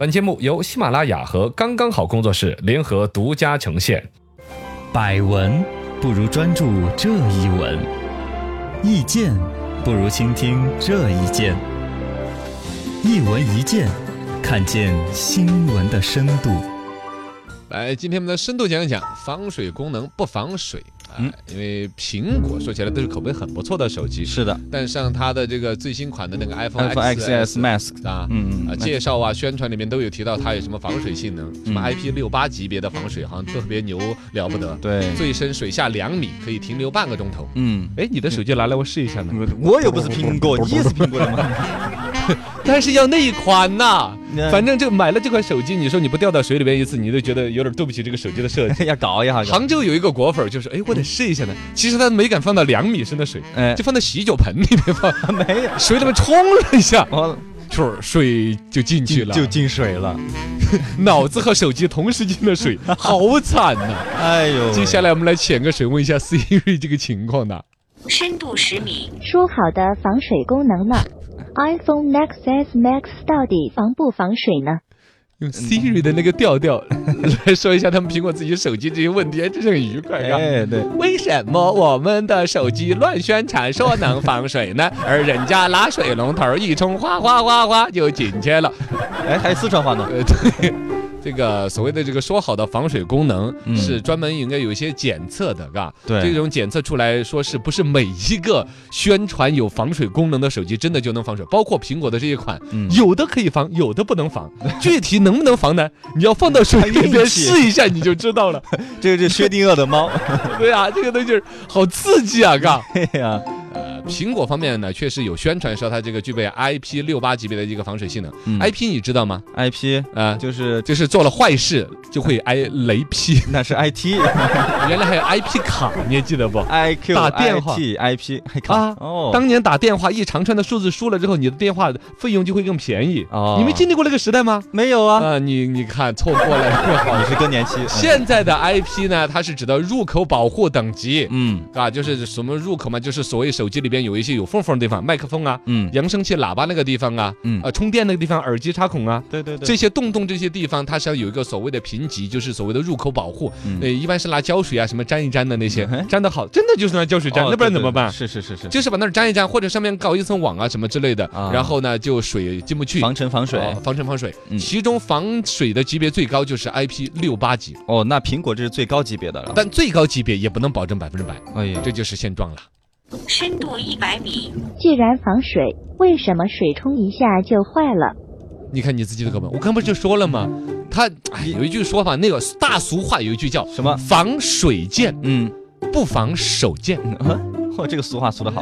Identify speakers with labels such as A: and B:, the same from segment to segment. A: 本节目由喜马拉雅和刚刚好工作室联合独家呈现。
B: 百闻不如专注这一闻，意见不如倾听这一见。一闻一见，看见新闻的深度。
C: 来，今天我们的深度讲一讲防水功能不防水啊、
B: 嗯
C: 因为苹果说起来都是口碑很不错的手机，
B: 是的
C: 但像它的这个最新款的那个 iPhone
B: ，iPhone XS Max，
C: 啊，
B: 嗯
C: 啊，
B: 嗯，
C: 介绍啊、宣传里面都有提到它有什么防水性能，什么 IP 六八级别的防水，好像特别牛了不得，
B: 对，
C: 最深水下两米，可以停留半个钟头。
B: 嗯，
C: 哎，你的手机拿来我试一下呢，
B: 我我又不是苹果，你也是苹果的吗？
C: 但是要那一款呐
B: 那，
C: 反正就买了这款手机，你说你不掉到水里边一次，你都觉得有点对不起这个手机的设计。
B: 要搞一下，搞
C: 杭州有一个果粉儿，就是哎，我得试一下呢。其实他没敢放到两米深的水，
B: 哎
C: 就放到洗脚盆里面放，
B: 没有，
C: 水里面冲了一下，
B: 我
C: 就是水就进去了，
B: 就进水了。
C: 脑子和手机同时进了 水，好惨呐、
B: 哎呦，
C: 接下来我们来潜个水，问一下 Siri 这个情况呢？
D: 深度十米，
E: 说好的防水功能呢？iPhone Nexus Max 到底防不防水呢？
B: 嗯
C: 用 Siri 的那个调调 来说一下他们苹果自己手机这些问题，还哎真是很愉快啊。
B: 哎，对，
C: 为什么我们的手机乱宣传说能防水呢？而人家拿水龙头一冲，哗哗哗哗就进去了。
B: 哎，还有四川话呢，
C: 呃，对，这个所谓的这个说好的防水功能，
B: 嗯
C: 是专门应该有一些检测的，嘎。
B: 对
C: 这种检测出来说是不是每一个宣传有防水功能的手机真的就能防水？包括苹果的这一款，
B: 嗯
C: 有的可以防，有的不 能防。具体能不能防呢？你要放到水里
B: 还运
C: 边
B: 气
C: 试一下，你就知道了。
B: 这个是薛定谔的猫。
C: 对啊，这个东西儿好刺激啊，嘎。
B: 哎呀，
C: 呃，苹果方面呢，确实有宣传说它这个具备 IP 六八级别的一个防水性能。
B: 嗯
C: IP 你知道吗？
B: IP
C: 啊、
B: 就是
C: 就是做了坏事就会挨雷劈。
B: 那是 IT。
C: 原来还有 IP 卡，你还记得不？
B: I Q
C: 打电话
B: T I P 还看
C: 啊
B: 哦，
C: 当年打电话一长串的数字输了之后，你的电话费用就会更便宜。
B: 哦
C: 你没经历过那个时代吗？
B: 没有啊，
C: 啊，你你看错过了。
B: 你是更年期，嗯
C: 现在的 IP 呢，它是指的入口保护等级。
B: 嗯
C: 啊，就是什么入口嘛，就是所谓手机里边有一些有缝缝的地方，麦克风啊，
B: 嗯
C: 扬声器、喇叭那个地方啊，
B: 嗯
C: 呃，充电那个地方，耳机插孔啊，
B: 对对对，
C: 这些洞洞这些地方，它是要有一个所谓的评级，就是所谓的入口保护。呃，一般是拿胶水啊什么粘一粘的那些
B: 嗯，
C: 粘得好，真的就是拿胶水粘，
B: 哦
C: 那不然怎么
B: 对对
C: 办？
B: 是是是是，
C: 就是把那儿粘一粘，或者上面搞一层网啊什么之类的
B: 啊，
C: 然后呢就水进不去。
B: 防尘防水
C: 哦防尘防水，
B: 嗯
C: 其中防水的级别最高就是 IP 六八级，
B: 哦，那苹果这是最高级别的了，
C: 但最高级别也不能保证百分之百，
B: 哎呀，
C: 这就是现状了。
D: 深度一百米，
E: 既然防水，为什么水冲一下就坏了？
C: 你看你自己的课本，我刚不是就说了吗？他哎有一句说法，那个大俗话有一句叫
B: 什么
C: 防水剑
B: 嗯，
C: 不防手剑。
B: 嚯，这个俗话俗 的好，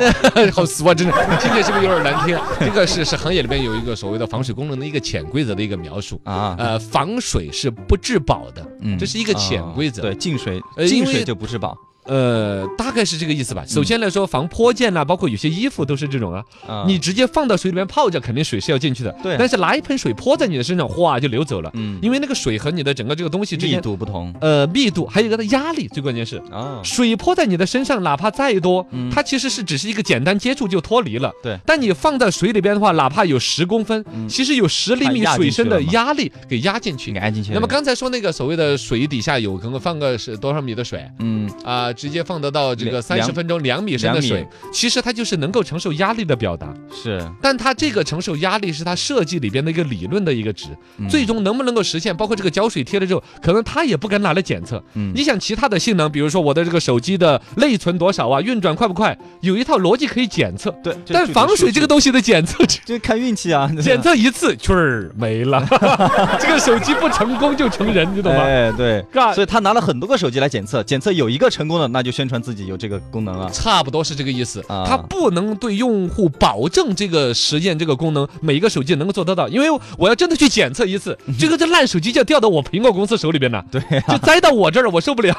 C: 好俗啊，真的，听起来是不是有点难听？这个是是行业里面有一个所谓的防水功能的一个潜规则的一个描述。
B: 啊，
C: 呃，防水是不质保的，
B: 嗯
C: 这是一个潜规则
B: 哦对，进水
C: 呃
B: 进
C: 因为
B: 水就不是宝
C: 呃，大概是这个意思吧。首先来说，防泼溅啦，包括有些衣服都是这种啊，
B: 啊，
C: 你直接放到水里面泡着，肯定水是要进去的。
B: 对
C: 但是拿一盆水泼在你的身上，哗就流走了，
B: 嗯，
C: 因为那个水和你的整个这个东西之
B: 密
C: 间，
B: 度不同
C: 呃，密度还有一个它压力，最关键是。
B: 哦，
C: 水泼在你的身上，哪怕再多，
B: 嗯
C: 它其实是只是一个简单接触就脱离了。
B: 对
C: 但你放在水里边的话，哪怕有十公分，其实有十厘米
B: 它压进
C: 水深的
B: 去了嘛
C: 压力给压进去
B: 你。按进去了，
C: 那么刚才说那个所谓的水底下有可能放个是多少米的水
B: 嗯
C: 啊、直接放得到这个
B: 两
C: 三十分钟两米深的
B: 两米
C: 水，其实它就是能够承受压力的表达。
B: 是
C: 但它这个承受压力是它设计里边的一个理论的一个值，最终能不能够实现，包括这个胶水贴了之后，可能它也不敢拿来检测。
B: 嗯
C: 你想其他的性能，比如说我的这个手机的内存多少啊，运转快不快，有一套逻辑可以检测。
B: 对，这
C: 但防水这个东西的检 测，
B: 这看运气啊，
C: 检测一次，圈儿没了， 这个手机不成功就成人，你懂吗？
B: 哎 对。
C: 嘎
B: 所以他拿了很多个手机来检测，检测有一个成功的，那就宣传自己有这个功能啊。
C: 差不多是这个意思，
B: 啊
C: 它不能对用户保证这个实验这个功能每一个手机能够做得到，因为我要真的去检测一 次，这个这烂手机就要掉到我苹果公司手里边了，
B: 对啊
C: 就栽到我这儿，我受 不了。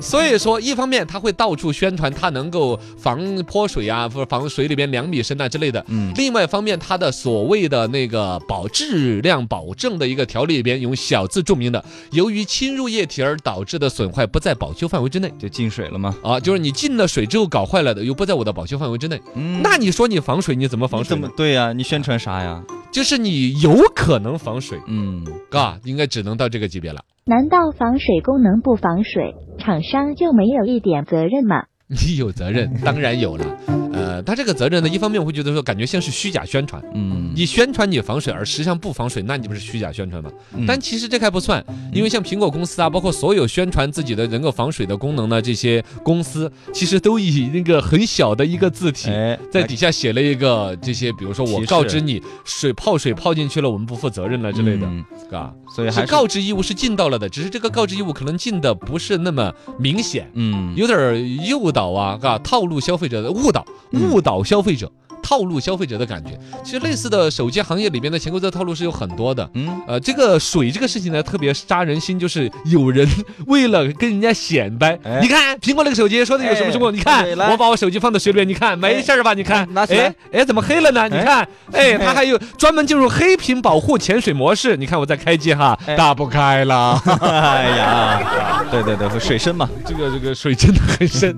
C: 所以说，一方面它会到处宣传它能够防泼水啊，或者防水里边两米深啊之类的，
B: 嗯
C: 另外一方面，它的所谓的那个保质量保证的一个条例里边有小字注明的，由于侵入液体而导致的损坏不在保修范围之内。
B: 就进水了吗？
C: 啊，就是你进了水之后搞坏了的，又不在我的保修范围之内。
B: 嗯
C: 那你说你防水，你怎么
B: 你
C: 防水
B: 怎么
C: 呢？
B: 对呀、你宣传啥呀？
C: 就是你有可能防水，
F: 嗯，
C: 嘎，应该只能到这个级别了。
E: 难道防水功能不防水，厂商就没有一点责任吗？
C: 你有责任，当然有了。呃，他这个责任呢，一方面我会觉得说，感觉像是虚假宣传。
F: 嗯，
C: 你宣传你防水，而实际上不防水，那你不是虚假宣传吗？
F: 嗯
C: 但其实这个还不算，因为像苹果公司啊，包括所有宣传自己的能够防水的功能呢，这些公司其实都以那个很小的一个字体。
F: 哎，
C: 在底下写了一个这些，比如说我
F: 提示
C: 告知你水泡水泡进去了，我们不负责任了之类的，
F: 嗯
C: 啊，
F: 所以还
C: 是
F: 是
C: 告知义务是尽到了的，只是这个告知义务可能尽的不是那么明显，
F: 嗯，
C: 有点儿诱导啊，嘎，套路消费者的误导，
F: 嗯
C: 误导消费者，套路消费者的感觉。其实类似的手机行业里边的前规则套路是有很多的。
F: 嗯，
C: 呃，这个水这个事情呢，特别扎人心，就是有人 为了跟人家显摆，
F: 哎
C: 你看苹果那个手机说的有什么什么，
F: 哎
C: 你看
F: 对来
C: 我把我手机放到水里面，你看没事儿吧？你看，
F: 拿起来
C: 哎哎，怎么黑了呢？你
F: 哎
C: 看，哎，
F: 哎
C: 它还有专门进入黑屏保护潜水模式，你看我在开机哈，
F: 哎
C: 打不开 了。
F: 哎呀，对对对，和水深嘛，
C: 这个这个水真的很 深。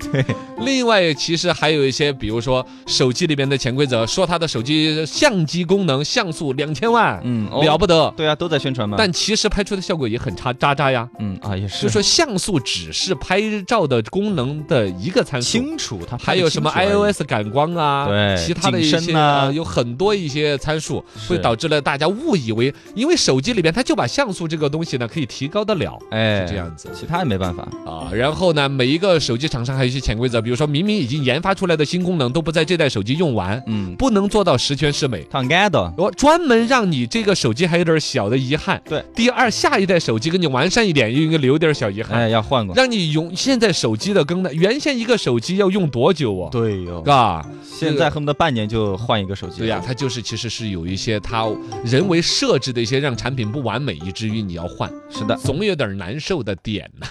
C: 另外，其实还有一些，比如说手机里面的潜规则，说它的手机相机功能像素两千万，
F: 嗯，哦
C: 了不得。
F: 对啊，都在宣传嘛，
C: 但其实拍出的效果也很差，渣渣呀。
F: 嗯啊也是，
C: 就说像素只是拍照的功能的一个参数，
F: 清楚它拍得
C: 还有什么
F: 清楚而已
C: iOS 感光啊，
F: 对
C: 其他的一
F: 景
C: 些
F: 深啊
C: 呃有很多一些参数
F: 是
C: 会导致了大家误以为，因为手机里边它就把像素这个东西呢可以提高得了，
F: 哎
C: 是这样子。
F: 其他也没办法，
C: 啊，然后呢，每一个手机厂商还有一些潜规则，比如说明明已经研发出来的新功能都不在这代手机用完，
F: 嗯，
C: 不能做到十全十美。
F: 烫干的，
C: 我专门让你这个手机还有点小的遗憾，
F: 对，
C: 第二下一代手机给你完善一点，又应该留点小遗
F: 哎
C: 憾，
F: 要换过，
C: 让你用现在手机的更代，原先一个手机要用多久啊？
F: 对哟
C: 嘎，
F: 现在恨不得半年就换一个手机，
C: 对呀、它就是其实是有一些它人为设置的一些让产品不完美，以至于你要换，
F: 是的。
C: 总有点难受的点呢、